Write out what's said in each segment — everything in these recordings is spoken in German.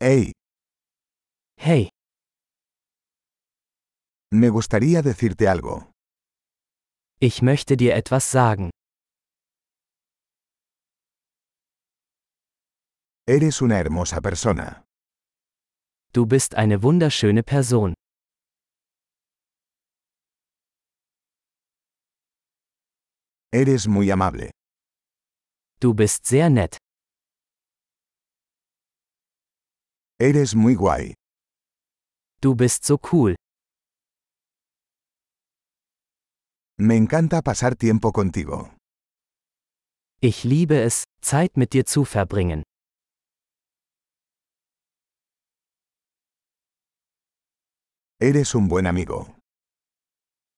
Hey, Hey, me gustaría decirte algo. ich möchte dir etwas sagen. Eres una hermosa persona. Du bist eine wunderschöne Person. Eres muy amable. Du bist sehr nett. Eres muy guay. Du bist so cool. Me encanta pasar tiempo contigo. Ich liebe es, Zeit mit dir zu verbringen. Eres un buen amigo.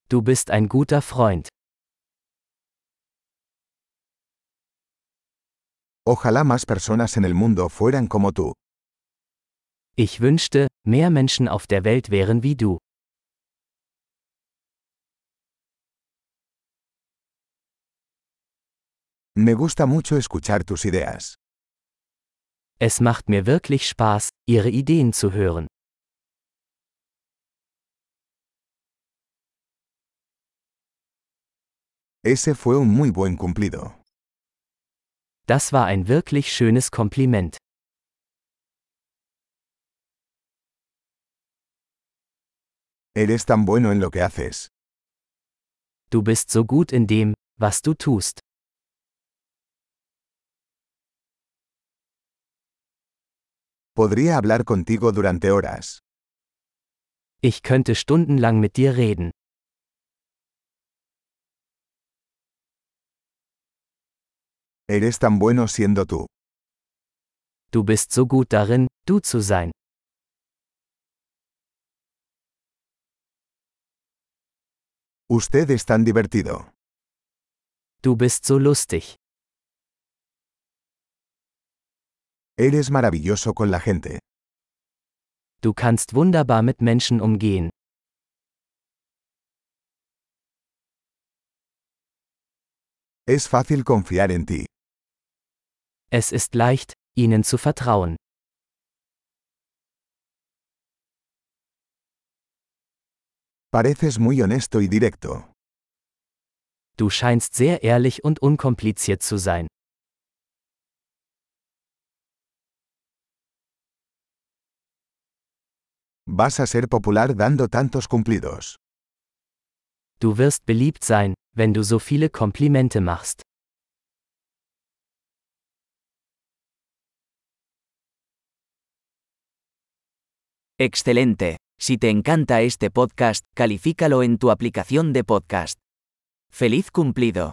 Du bist ein guter Freund. Ojalá más personas en el mundo fueran como tú. Ich wünschte, mehr Menschen auf der Welt wären wie du. Me gusta mucho escuchar tus ideas. Es macht mir wirklich Spaß, ihre Ideen zu hören. Ese fue un muy buen cumplido. Das war ein wirklich schönes Kompliment. Eres tan bueno en lo que haces. Du bist so gut in dem, was du tust. Podría hablar contigo durante horas. Ich könnte stundenlang mit dir reden. Eres tan bueno siendo tú. Du bist so gut darin, du zu sein. Usted es tan divertido. Du bist so lustig. Eres maravilloso con la gente. Du kannst wunderbar mit Menschen umgehen. Es fácil confiar en ti. Es ist leicht, ihnen zu vertrauen. Pareces muy honesto y directo. Du scheinst sehr ehrlich und unkompliziert zu sein. Vas a ser popular dando tantos cumplidos. Du wirst beliebt sein, wenn du so viele Komplimente machst. Excelente. Si te encanta este podcast, califícalo en tu aplicación de podcast. ¡Feliz cumplido!